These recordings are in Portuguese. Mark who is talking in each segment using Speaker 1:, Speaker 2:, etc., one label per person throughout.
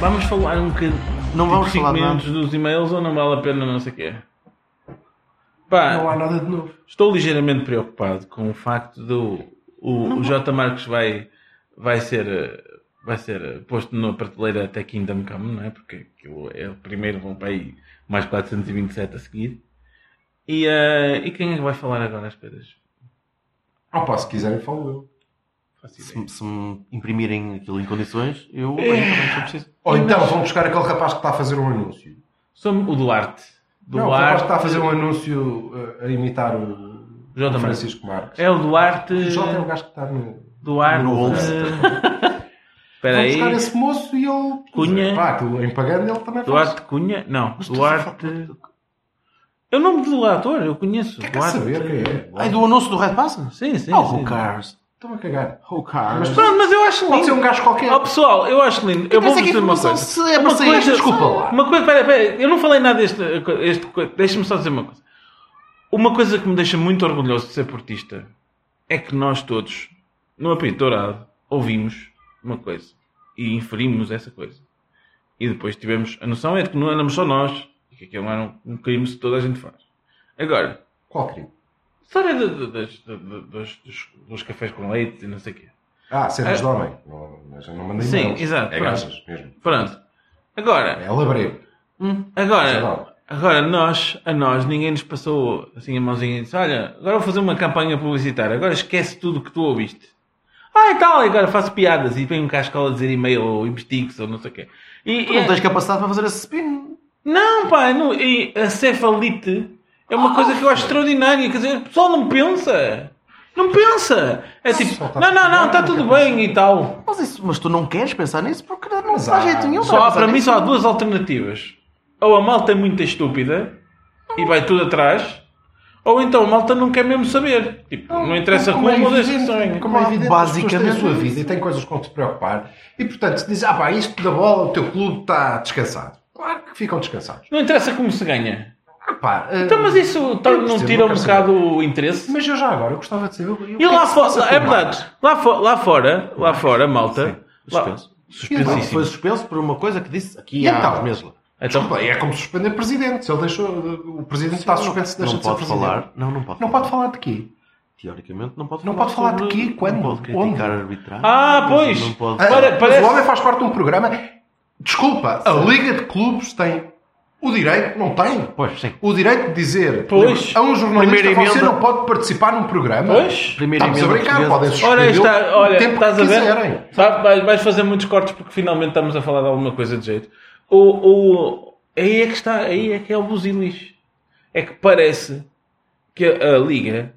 Speaker 1: Vamos falar um bocadinho.
Speaker 2: Não vamos
Speaker 1: cinco
Speaker 2: falar
Speaker 1: minutos dos e-mails ou não vale a pena, não sei o quê. Pá,
Speaker 2: Não há nada de novo.
Speaker 1: estou ligeiramente preocupado com o facto do. O, o J. Marcos vai, vai ser. eh, Vai ser eh, posto na prateleira até Kingdom Come, não é? Porque aquilo é o primeiro, vão para aí mais 427 a seguir. E, eh, e quem é que vai falar agora as coisas?
Speaker 2: Ah, pá, se quiserem, falo eu.
Speaker 1: Faço ideia.
Speaker 3: Se, se me imprimirem aquilo em condições, eu venho também se eu preciso.
Speaker 2: Ou então vão buscar aquele rapaz que está a fazer um anúncio.
Speaker 1: Sou o Duarte.
Speaker 2: Não, o
Speaker 1: Duarte.
Speaker 2: rapaz que está a fazer um anúncio uh, a imitar o,
Speaker 1: J.
Speaker 2: o
Speaker 1: Marcos.
Speaker 2: Francisco Marques.
Speaker 1: É o Duarte.
Speaker 2: O J é o gajo que está no.
Speaker 1: Duarte.
Speaker 3: No Wolves.
Speaker 1: Espera
Speaker 2: Vão buscar
Speaker 1: aí.
Speaker 2: esse moço e ele.
Speaker 1: Cunha.
Speaker 2: Pá, aquilo, em pagando ele também faz.
Speaker 1: Duarte Cunha? Não, Duarte. É o nome do ator, eu conheço.
Speaker 2: é Quer
Speaker 1: Duarte.
Speaker 2: saber quem é?
Speaker 3: Ai, do anúncio do Red Passa?
Speaker 1: Sim, sim.
Speaker 3: Oh,
Speaker 1: sim.
Speaker 3: who cares?
Speaker 2: Estão a cagar.
Speaker 1: Oh,
Speaker 3: Who cares?
Speaker 2: Mas-
Speaker 1: Pronto, mas eu acho lindo.
Speaker 2: Pode ser um gajo qualquer.
Speaker 1: Oh, pessoal, eu acho lindo. Eu vou
Speaker 3: Essa é que
Speaker 1: dizer uma
Speaker 3: informação,
Speaker 1: coisa.
Speaker 3: se é para sair, desculpa lá.
Speaker 1: Uma coisa, pera, pera, eu não falei nada deste. este coisa. Deixa-me só dizer uma coisa. Uma coisa que me deixa muito orgulhoso de ser portista é que nós todos, no apito dourado, ouvimos uma coisa e inferimos essa coisa. E depois tivemos a noção é de que não éramos só nós e que aquilo era um, um crime se toda a gente faz. Agora,
Speaker 2: Qual crime?
Speaker 1: a história de- de- das- de- de- dos, dos- dos cafés com leite e não sei o quê.
Speaker 2: Ah, cenas
Speaker 1: É.
Speaker 2: de homem. Não, mas eu não mandei
Speaker 1: Sim,
Speaker 2: e-mails.
Speaker 1: exato,
Speaker 2: É
Speaker 1: pronto.
Speaker 2: gajas mesmo.
Speaker 1: Pronto. Agora,
Speaker 2: É labrego.
Speaker 1: agora,
Speaker 2: Geral.
Speaker 1: Agora, nós, a nós, ninguém nos passou assim a mãozinha e disse: Olha, agora vou fazer uma campanha publicitária, agora esquece tudo o que tu ouviste. Ah, e tal, e agora faço piadas e venho cá à escola dizer e-mail ou investigo ou não sei o quê. E,
Speaker 3: Tu
Speaker 1: e-
Speaker 3: não tens capacidade para fazer esse spin.
Speaker 1: não, pá, não, e a cefalite é uma coisa que eu acho extraordinária. Quer dizer, o pessoal não pensa. Não pensa. É tipo,
Speaker 2: solta-se
Speaker 1: não, não, não, está
Speaker 2: piada,
Speaker 1: tudo
Speaker 2: nunca
Speaker 1: bem e tal.
Speaker 3: Mas, isso, mas tu não queres pensar nisso porque não é?
Speaker 2: Mas
Speaker 3: dá
Speaker 2: há-
Speaker 3: jeito nenhum.
Speaker 1: Só há,
Speaker 3: vais
Speaker 1: para
Speaker 3: pensar
Speaker 1: mim
Speaker 3: nisso.
Speaker 1: só há duas alternativas. Ou a malta é muito estúpida e vai tudo atrás, ou então a malta não quer mesmo saber. Tipo, não, interessa
Speaker 2: como
Speaker 1: como, como
Speaker 2: é
Speaker 1: deste
Speaker 2: evidente,
Speaker 1: sonho.
Speaker 2: Como é evidente,
Speaker 3: Basicamente
Speaker 2: basicamente a sua
Speaker 3: isso.
Speaker 2: vida e tem coisas com que se preocupar. E portanto, se diz, ah pá, isto da bola, o teu clube está descansado. Claro que ficam descansados.
Speaker 1: Não interessa como se ganha.
Speaker 2: Ah, pá, ah,
Speaker 1: Então, mas isso tá- não
Speaker 2: percebo,
Speaker 1: tira um
Speaker 2: quero
Speaker 1: bocado o interesse?
Speaker 2: mas eu já agora eu gostava de saber. o- o que
Speaker 1: E lá
Speaker 2: que se passa
Speaker 1: fora,
Speaker 2: com
Speaker 1: é
Speaker 2: o
Speaker 1: verdade,
Speaker 2: Marcos?
Speaker 1: lá, fo- lá fora, lá fora, malta.
Speaker 3: Sim,
Speaker 1: Lá,
Speaker 3: suspenso. Não,
Speaker 1: suspensíssimo.
Speaker 3: Foi suspenso por uma coisa que disse aqui
Speaker 2: E
Speaker 3: há
Speaker 2: então?
Speaker 3: uns meses lá.
Speaker 1: Então,
Speaker 2: Desculpa, é como suspender presidente. Se ele deixou, eh, o presidente está suspenso, deixa
Speaker 3: não
Speaker 2: de ser
Speaker 3: pode
Speaker 2: presidente.
Speaker 3: falar. Não, não pode
Speaker 2: Não pode falar de quê?
Speaker 3: Teoricamente não pode
Speaker 2: Não
Speaker 3: falar.
Speaker 2: pode falar de
Speaker 3: sobre-
Speaker 2: quê? Quando?
Speaker 3: Não pode criticar
Speaker 2: Onde?
Speaker 3: a arbitragem.
Speaker 1: Ah, pois.
Speaker 3: Não pode
Speaker 1: Ah,
Speaker 2: Ah,
Speaker 1: Para-
Speaker 2: mas
Speaker 1: parece-
Speaker 2: O homem faz parte de um programa. Desculpa, a Liga de Clubes tem o direito, não tem?
Speaker 3: Pois, sim.
Speaker 2: O direito de dizer
Speaker 1: Pois.
Speaker 2: a um jornalista
Speaker 3: Primeira
Speaker 2: você
Speaker 3: emenda.
Speaker 2: não pode participar num programa.
Speaker 1: pois.
Speaker 3: Primeira
Speaker 2: Estamos a
Speaker 3: emenda
Speaker 2: brincar,
Speaker 3: portuguesa.
Speaker 2: podem
Speaker 1: Ora, aí
Speaker 2: suspender
Speaker 1: está, olha,
Speaker 2: o tempo
Speaker 1: estás
Speaker 2: que
Speaker 1: a ver?
Speaker 2: quiserem.
Speaker 1: Sabe, vai- vais fazer muitos cortes porque finalmente estamos a falar de alguma coisa de jeito. O, o, aí é que está, aí é que é o busilis. É que parece que a, a Liga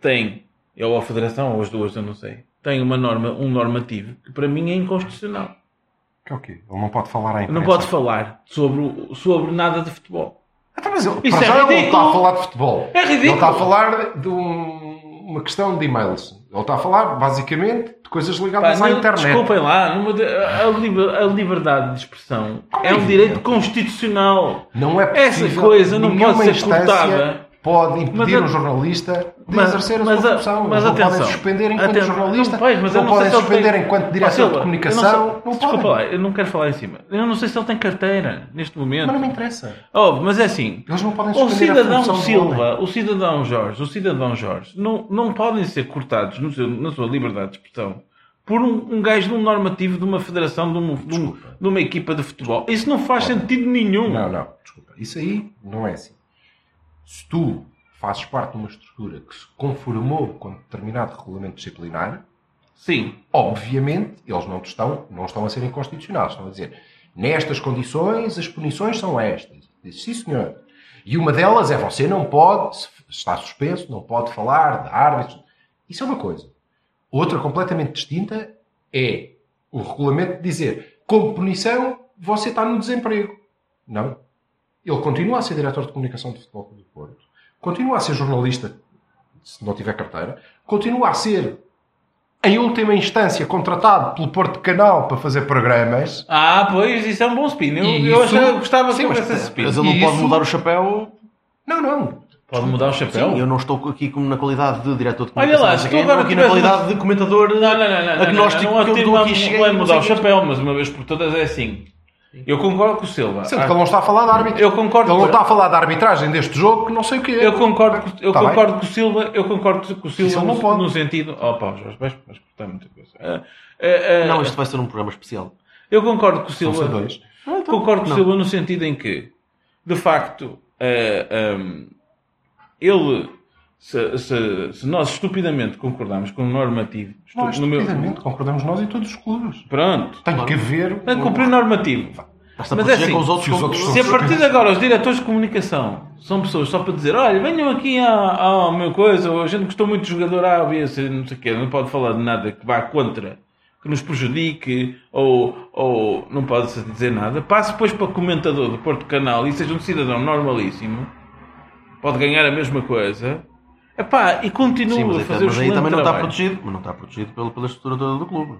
Speaker 1: tem, ou a Federação, ou as duas, eu não sei, tem uma norma, um normativo que para mim é inconstitucional.
Speaker 2: Que é o quê? Ele não pode falar à imprensa.
Speaker 1: Não pode falar sobre, o- sobre nada de futebol.
Speaker 2: Então, mas ele,
Speaker 1: Isso
Speaker 2: para
Speaker 1: é
Speaker 2: já ele não
Speaker 1: ridículo.
Speaker 2: está a falar de futebol.
Speaker 1: É ridículo.
Speaker 2: Ele está a falar de um- uma questão de e-mails. Ele está a falar, basicamente, de coisas
Speaker 1: Pá,
Speaker 2: ligadas à
Speaker 1: não,
Speaker 2: internet.
Speaker 1: desculpem lá, não vou dizer- a, a liber- a liberdade de expressão é um
Speaker 2: é?
Speaker 1: direito constitucional.
Speaker 2: Não é
Speaker 1: Essa
Speaker 2: possível.
Speaker 1: coisa não
Speaker 2: nenhuma
Speaker 1: pode ser
Speaker 2: instância
Speaker 1: cortada.
Speaker 2: Pode impedir
Speaker 1: Mas a-
Speaker 2: um jornalista de
Speaker 1: Mas-
Speaker 2: exercer a
Speaker 1: mas
Speaker 2: sua
Speaker 1: a-
Speaker 2: função.
Speaker 1: mas
Speaker 2: não
Speaker 1: atenção.
Speaker 2: podem suspender enquanto
Speaker 1: Atenção.
Speaker 2: jornalista,
Speaker 1: Não, pois, mas eu não
Speaker 2: não,
Speaker 1: sei
Speaker 2: podem
Speaker 1: se ele
Speaker 2: suspender
Speaker 1: tem-
Speaker 2: enquanto
Speaker 1: Ó,
Speaker 2: diretor
Speaker 1: Silva,
Speaker 2: de
Speaker 1: eu
Speaker 2: comunicação.
Speaker 1: Não, sei-
Speaker 2: Não, podem.
Speaker 1: desculpa lá, eu não quero falar em cima. Eu não sei se ele tem carteira neste momento.
Speaker 2: Mas não me interessa.
Speaker 1: Oh, mas é assim.
Speaker 2: Eles não podem
Speaker 1: O
Speaker 2: suspender a
Speaker 1: cidadão
Speaker 2: função do homem.
Speaker 1: Silva, o cidadão Jorge, o cidadão Jorge, não, não podem ser cortados no seu- na sua liberdade de expressão por um, um gajo de um normativo de uma federação, de, um- de um-
Speaker 2: Desculpa.
Speaker 1: de uma equipa de futebol. Isso não faz sentido nenhum.
Speaker 2: Não, não, desculpa. Isso aí não é assim. Se tu fazes parte de uma estrutura que se conformou com determinado regulamento disciplinar,
Speaker 1: Sim,
Speaker 2: obviamente eles não estão, não estão a ser inconstitucionais. Estão a dizer, nestas condições, as punições são estas. Diz, sim senhor. E uma delas é você não pode, se está suspenso, não pode falar de árbitros. Isso é uma coisa. Outra completamente distinta é o regulamento dizer como punição você está no desemprego. Não. Ele continua a ser diretor de comunicação do Futebol Clube do Porto, continua a ser jornalista, se não tiver carteira, continua a ser, em última instância, contratado pelo Porto de Canal para fazer programas.
Speaker 1: Ah, pois, isso é um bom spin. Eu,
Speaker 2: E
Speaker 1: eu
Speaker 2: isso-
Speaker 1: achava, gostava
Speaker 2: Sim,
Speaker 1: que
Speaker 2: mas-
Speaker 1: houvesse esse spin.
Speaker 3: Mas ele não
Speaker 2: E
Speaker 3: pode
Speaker 2: isso-
Speaker 3: mudar o chapéu.
Speaker 2: Não, não.
Speaker 1: Pode mudar o chapéu?
Speaker 3: Sim, eu não estou aqui como na qualidade de diretor de
Speaker 1: Então? Olha
Speaker 3: comunicação.
Speaker 1: lá,
Speaker 3: não sei
Speaker 1: se tu
Speaker 3: quem,
Speaker 1: agora
Speaker 3: não aqui na
Speaker 1: tivesse-
Speaker 3: qualidade de comentador.
Speaker 1: Não, não, não, não, não.
Speaker 3: Agnóstico
Speaker 1: não, não,
Speaker 3: que eu
Speaker 1: não,
Speaker 3: dou aqui,
Speaker 1: não,
Speaker 3: cheguei,
Speaker 1: não é
Speaker 3: não
Speaker 1: mudar
Speaker 3: sei
Speaker 1: o
Speaker 3: quê.
Speaker 1: chapéu, mas uma vez por todas é assim. Eu concordo com o Silva. Ah,
Speaker 2: Sendo que ele não está a falar de árbitro.
Speaker 1: Eu concordo
Speaker 2: Ele
Speaker 1: com-
Speaker 2: não está a falar da arbitragem deste jogo, que não sei o que é.
Speaker 1: Eu concordo, com- eu
Speaker 2: Tá bem. é um
Speaker 1: concordo com o Silva, eu concordo com o Silva
Speaker 2: ele não
Speaker 1: no,
Speaker 2: pode.
Speaker 1: no sentido. Oh, pá, Jorge, vais, vais cortar muita coisa. Ah, ah, ah,
Speaker 2: É.
Speaker 3: Não, isto vai ser um programa especial.
Speaker 1: Eu concordo com o
Speaker 2: São
Speaker 1: Silva.
Speaker 2: só dois. Ah, então,
Speaker 1: Concordo com o
Speaker 3: não.
Speaker 1: Silva no sentido em que, de facto, eh, ehm, ele, se, se- se nós estupidamente concordarmos com o normativo, estu-
Speaker 2: Nós,
Speaker 1: no meu-
Speaker 2: estupidamente, concordamos nós e todos os clubes.
Speaker 1: pronto,
Speaker 2: Tem que haver. um
Speaker 1: tem que cumprir o normativo.
Speaker 3: Estás a
Speaker 1: Mas é
Speaker 3: proteger
Speaker 1: assim,
Speaker 3: com os outros.
Speaker 2: se os
Speaker 3: com-
Speaker 2: outros
Speaker 1: Se a partir de agora os diretores de comunicação são pessoas só para dizer, olha, venham aqui à- à meu coisa, ou a gente gostou muito do jogador A, B, C, não sei o quê, não pode falar de nada que vá contra, que nos prejudique, ou, ou não pode se dizer nada, passe depois para comentador do Porto Canal e seja um cidadão normalíssimo, pode ganhar a mesma coisa, epá, e continua
Speaker 3: Sim, mas
Speaker 1: a
Speaker 3: aí,
Speaker 1: fazer o
Speaker 3: mas aí
Speaker 1: excelente
Speaker 3: também não está
Speaker 1: trabalho.
Speaker 3: protegido. Mas não está protegido pela, pela estrutura do, do clube.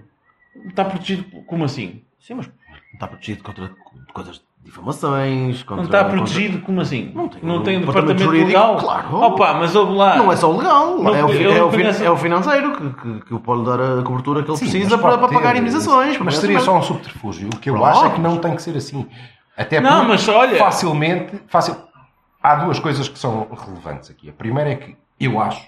Speaker 1: Está protegido, como assim?
Speaker 3: Sim, mas não está protegido contra coisas de difamações. Contra,
Speaker 1: Não está
Speaker 3: contra-
Speaker 1: protegido, como assim?
Speaker 3: Não tem um
Speaker 1: um
Speaker 3: departamento
Speaker 1: departamento
Speaker 3: jurídico,
Speaker 1: legal?
Speaker 3: claro.
Speaker 1: Opa, mas ouve lá.
Speaker 3: Não é só o legal,
Speaker 1: Não,
Speaker 3: é, o,
Speaker 1: eu
Speaker 3: é, o,
Speaker 1: conheço-
Speaker 3: é o financeiro que, que, que o pode dar a cobertura que ele
Speaker 2: Sim,
Speaker 3: precisa
Speaker 2: mas
Speaker 3: para,
Speaker 2: pode
Speaker 3: para
Speaker 2: ter.
Speaker 3: pagar indemnizações. para
Speaker 2: Mas
Speaker 3: pagar
Speaker 2: seria
Speaker 3: essas
Speaker 2: só um subterfúgio. O que eu
Speaker 3: Pronto.
Speaker 2: acho é que não tem que ser assim. Até
Speaker 1: Não,
Speaker 2: porque
Speaker 1: mas olha-
Speaker 2: facilmente. Facil... Há duas coisas que são relevantes aqui. A primeira é que eu acho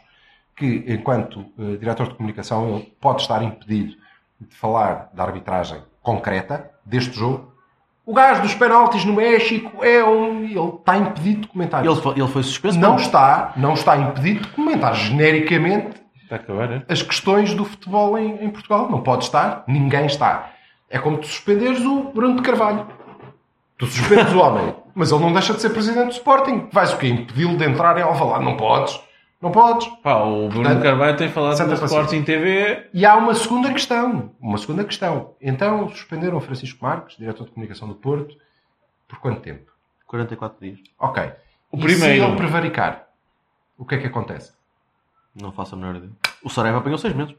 Speaker 2: que, enquanto eh, diretor de comunicação, ele pode estar impedido de falar da arbitragem concreta deste jogo. O gajo dos penaltis no México é um. Ele está impedido de comentar.
Speaker 3: Ele foi, ele foi suspenso?
Speaker 2: não
Speaker 3: pelo-
Speaker 2: está, não está impedido de comentar genericamente
Speaker 1: Está a acabar, é?
Speaker 2: as questões do futebol em, em Portugal. Não pode estar, ninguém está. É como tu suspenderes o Bruno de Carvalho. Tu suspendes o homem, mas ele não deixa de ser presidente do Sporting. Vais o quê? Impedi-lo de entrar em Alvalade? Não podes. Não podes.
Speaker 1: Pá, o Bruno
Speaker 2: Portanto,
Speaker 1: Carvalho tem falado
Speaker 2: Santa
Speaker 1: no
Speaker 2: Paciência.
Speaker 1: Sporting TV.
Speaker 2: E há uma segunda questão. Uma segunda questão. Então, suspenderam o Francisco Marques, diretor de comunicação do Porto, por quanto tempo?
Speaker 3: 44 dias.
Speaker 2: Ok.
Speaker 1: O
Speaker 2: E
Speaker 1: primeiro.
Speaker 2: se ele prevaricar, o que é que acontece?
Speaker 3: Não faço a menor ideia. O Saraiva apanhou 6 meses.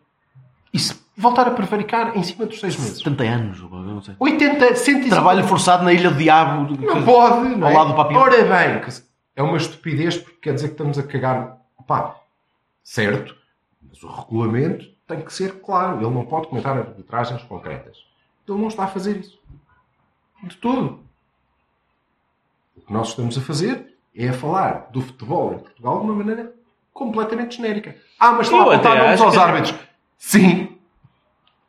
Speaker 2: E se voltar a prevaricar em cima dos seis meses?
Speaker 3: 70 anos, eu não sei.
Speaker 2: 80, 150...
Speaker 3: assim. Trabalho forçado na Ilha do Diabo.
Speaker 2: Não pode, não
Speaker 3: Ao
Speaker 2: é?
Speaker 3: lado do papinho.
Speaker 2: Ora bem, que se- é uma estupidez porque quer dizer que estamos a cagar. Pá, certo, mas o regulamento tem que ser claro. Ele não pode comentar arbitragens concretas. Ele não está a fazer isso. De todo. O que nós estamos a fazer é a falar do futebol em Portugal de uma maneira completamente genérica. Ah, mas estão
Speaker 1: Eu
Speaker 2: a apontar
Speaker 1: até
Speaker 2: nomes
Speaker 1: acho
Speaker 2: aos
Speaker 1: que-
Speaker 2: árbitros. Sim.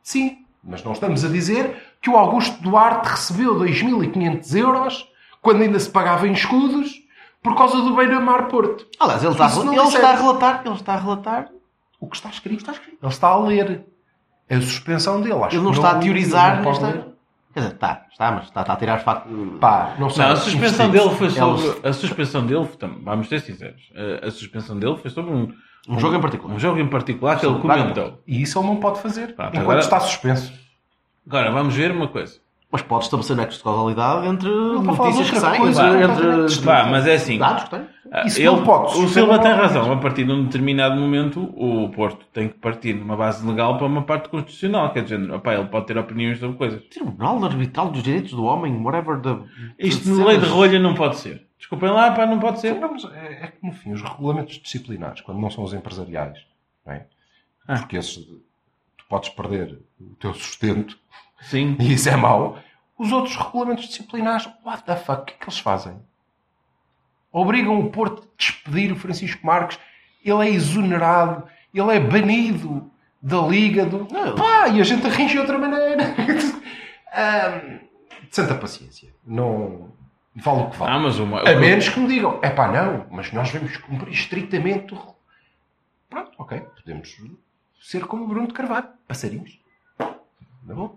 Speaker 2: Sim. Mas não estamos a dizer que o Augusto Duarte recebeu 2.500 euros quando ainda se pagava em escudos por causa do Beira-Mar Porto.
Speaker 3: Aliás, ele está, a-
Speaker 2: Isso não
Speaker 3: ele
Speaker 2: disseste.
Speaker 3: está a relatar. Ele está a relatar.
Speaker 2: O que está escrito, está escrito. Ele está a ler. É A suspensão dele, acho
Speaker 3: Ele não
Speaker 2: que
Speaker 3: está a teorizar.
Speaker 2: não
Speaker 3: Não
Speaker 2: pode
Speaker 3: está...
Speaker 2: ler.
Speaker 3: Quer dizer, está, está, mas está, está a tirar facto.
Speaker 2: Pá, não sei.
Speaker 1: Não, a suspensão
Speaker 2: Investigue-se.
Speaker 1: dele foi
Speaker 3: Elas-
Speaker 1: sobre. A suspensão dele, tam- vamos ser sinceros. A, a suspensão dele foi sobre um,
Speaker 3: Um jogo em particular.
Speaker 1: um jogo em particular que ele
Speaker 3: Sobre o Braga.
Speaker 1: comentou.
Speaker 2: E isso ele não pode fazer
Speaker 1: Pronto,
Speaker 2: enquanto
Speaker 1: Ah, agora-
Speaker 2: está suspenso.
Speaker 1: Agora, vamos ver uma coisa.
Speaker 3: Mas pode estabelecer nexos de causalidade entre
Speaker 2: está a falar de
Speaker 3: notícias que
Speaker 2: outra
Speaker 3: saem,
Speaker 2: coisa,
Speaker 3: entre,
Speaker 2: completamente
Speaker 3: eh, entre
Speaker 1: Pá, mas é assim.
Speaker 3: dados que têm.
Speaker 1: Ah,
Speaker 2: Isso não pode.
Speaker 1: O
Speaker 2: Isso
Speaker 1: Silva
Speaker 2: não
Speaker 1: tem
Speaker 2: pode.
Speaker 1: razão. A partir de um determinado momento, o Porto tem que partir de uma base legal para uma parte constitucional. Quer dizer, opá, ele pode ter opiniões sobre coisas.
Speaker 3: Tribunal Arbitral dos Direitos do Homem, whatever the...
Speaker 1: Isto
Speaker 3: the-
Speaker 1: no lei de
Speaker 3: cenas.
Speaker 1: rolha não pode ser. Desculpem lá, pá, não pode ser.
Speaker 2: Não, mas é, é que, no fim, os regulamentos disciplinares, quando não são os empresariais, não é?
Speaker 1: Ah.
Speaker 2: porque esses, tu podes perder o teu sustento
Speaker 1: Sim.
Speaker 2: e isso é mau. Os outros regulamentos disciplinares, what the fuck, o que é que eles fazem? Obrigam o Porto a despedir o Francisco Marques, ele é exonerado, ele é banido da Liga. Do...
Speaker 3: Não.
Speaker 2: Pá, e a gente arranja de outra maneira. Ahm, santa paciência. Não vale o que vale.
Speaker 1: Ah, mas uma.
Speaker 2: A menos que me digam, é pá, não, mas nós vamos cumprir estritamente o. regu-". Pronto, ok, podemos ser como o Bruno de Carvalho, passarinhos. Não é bom?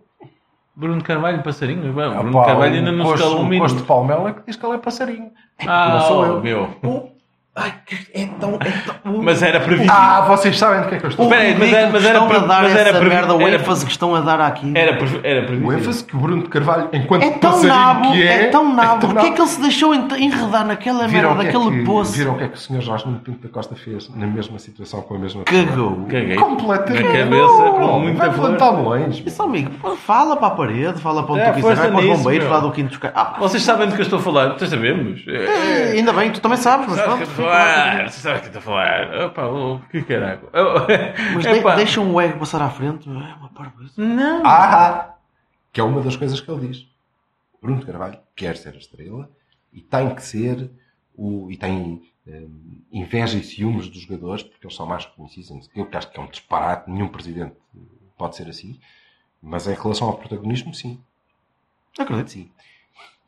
Speaker 1: Bruno Carvalho, um passarinho? Bom,
Speaker 2: Ah,
Speaker 1: Bruno
Speaker 2: pá,
Speaker 1: Carvalho ainda
Speaker 2: o
Speaker 1: não
Speaker 2: coxo-
Speaker 1: escalou um
Speaker 2: O Costo
Speaker 1: mínimo.
Speaker 2: de Palmela que diz que ele é passarinho.
Speaker 1: Ah,
Speaker 2: não sou
Speaker 1: oh,
Speaker 2: eu. Um
Speaker 1: meu.
Speaker 3: Ai, que- é tão. É tão...
Speaker 1: Mas era previsível.
Speaker 2: Ah, vocês sabem do que é que eu estou a
Speaker 1: Espera aí,
Speaker 2: falar.
Speaker 1: mas era- mas era
Speaker 3: estão
Speaker 1: pre-
Speaker 3: a dar
Speaker 1: mas era
Speaker 3: essa
Speaker 1: previ-
Speaker 3: merda, o
Speaker 1: era-
Speaker 3: ênfase que estão a dar aqui.
Speaker 1: Era, pre- era previsível.
Speaker 2: O ênfase que o Bruno de Carvalho, enquanto
Speaker 3: É tão
Speaker 2: passarinho
Speaker 3: nabo,
Speaker 2: que é...
Speaker 3: é, tão nabo. Porquê é
Speaker 2: nabo.
Speaker 3: que ele se deixou ent- enredar naquela
Speaker 2: Viram
Speaker 3: merda,
Speaker 2: o que é
Speaker 3: naquele
Speaker 2: que-
Speaker 3: poço?
Speaker 2: Viram o que é que o Sr. Jorge Pinto da Costa fez na mesma situação com a mesma
Speaker 3: Cagou.
Speaker 1: Caguei.
Speaker 2: Completamente.
Speaker 1: Na cabeça, com
Speaker 2: Não,
Speaker 1: muita
Speaker 2: Vai
Speaker 1: flor.
Speaker 2: plantar melões. meu.
Speaker 3: Isso, amigo, pô, fala para a parede, fala para onde
Speaker 1: É,
Speaker 3: tu quiser, vai
Speaker 1: força
Speaker 3: para os
Speaker 1: nisso,
Speaker 3: bombeiros,
Speaker 1: meu.
Speaker 3: fala do quinto dos caras. Ah,
Speaker 1: Vocês sabem do que eu estou a falar? Vocês sabemos? É,
Speaker 3: eh, ainda bem, tu também sabes, mas
Speaker 1: Sabe o que
Speaker 3: pronto.
Speaker 1: eu
Speaker 3: fica
Speaker 1: estou a
Speaker 3: lá.
Speaker 1: falar? Sabe o que eu estou a falar? Opa, oh, que caraco. Oh,
Speaker 3: Mas de-
Speaker 1: epá.
Speaker 3: deixam o ego passar à frente. É uma parvoíce.
Speaker 1: Não.
Speaker 2: Ah, que é uma das coisas que ele diz. Bruno de Carvalho quer ser a estrela e tem que ser o. e tem hum, inveja e ciúmes dos jogadores porque eles são mais reconhecidos. não sei o quê, o que acho que é um disparate, nenhum presidente pode ser assim. Mas em relação ao protagonismo, sim.
Speaker 3: Acredito.
Speaker 2: sim.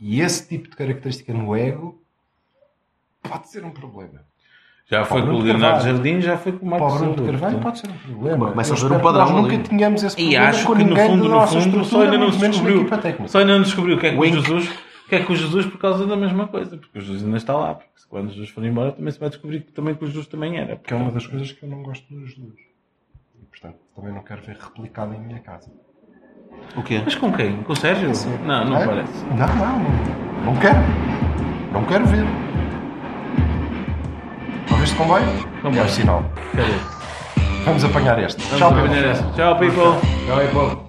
Speaker 2: E esse tipo de característica no ego pode ser um problema.
Speaker 1: Já foi
Speaker 2: Bruno
Speaker 1: com o Leonardo
Speaker 2: Carvalho.
Speaker 1: Jardim, já foi com o
Speaker 2: Para o
Speaker 1: Marcos
Speaker 2: Bruno de
Speaker 1: Silva,
Speaker 2: Carvalho
Speaker 1: portanto.
Speaker 2: pode ser um problema.
Speaker 3: Começa a
Speaker 2: Eu
Speaker 3: ver um
Speaker 2: espero que nós
Speaker 3: padrão ali.
Speaker 2: nunca tínhamos esse
Speaker 1: E
Speaker 2: problema
Speaker 1: acho
Speaker 2: com
Speaker 1: que no
Speaker 2: ninguém
Speaker 1: fundo,
Speaker 2: da
Speaker 1: no
Speaker 2: nossa
Speaker 1: fundo, só
Speaker 2: estrutura,
Speaker 1: ainda não
Speaker 2: muito
Speaker 1: se
Speaker 2: menos na
Speaker 1: descobriu.
Speaker 2: equipa técnica.
Speaker 1: Só ainda não descobriu o que é que o
Speaker 3: Wink.
Speaker 1: Jesus. o que é que o Jesus por causa da mesma coisa, porque o Jesus ainda está lá, porque se- quando o Jesus for embora também se vai descobrir que também que o Jesus também era.
Speaker 2: Que é uma das coisas que eu não gosto dos dois. E, portanto, também não quero ver replicado em minha casa.
Speaker 3: O quê?
Speaker 1: Mas com quem? Com o Sérgio? Não, não
Speaker 2: É?
Speaker 1: parece.
Speaker 2: Não, não, não. Não quero. Não quero ver. Talvez comboio?
Speaker 1: Comboio.
Speaker 2: É o sinal.
Speaker 1: Cadê?
Speaker 2: Vamos apanhar este.
Speaker 1: Vamos
Speaker 2: Tchau,
Speaker 1: apanhar
Speaker 2: people.
Speaker 1: essa. Tchau, people.
Speaker 2: Tchau, people.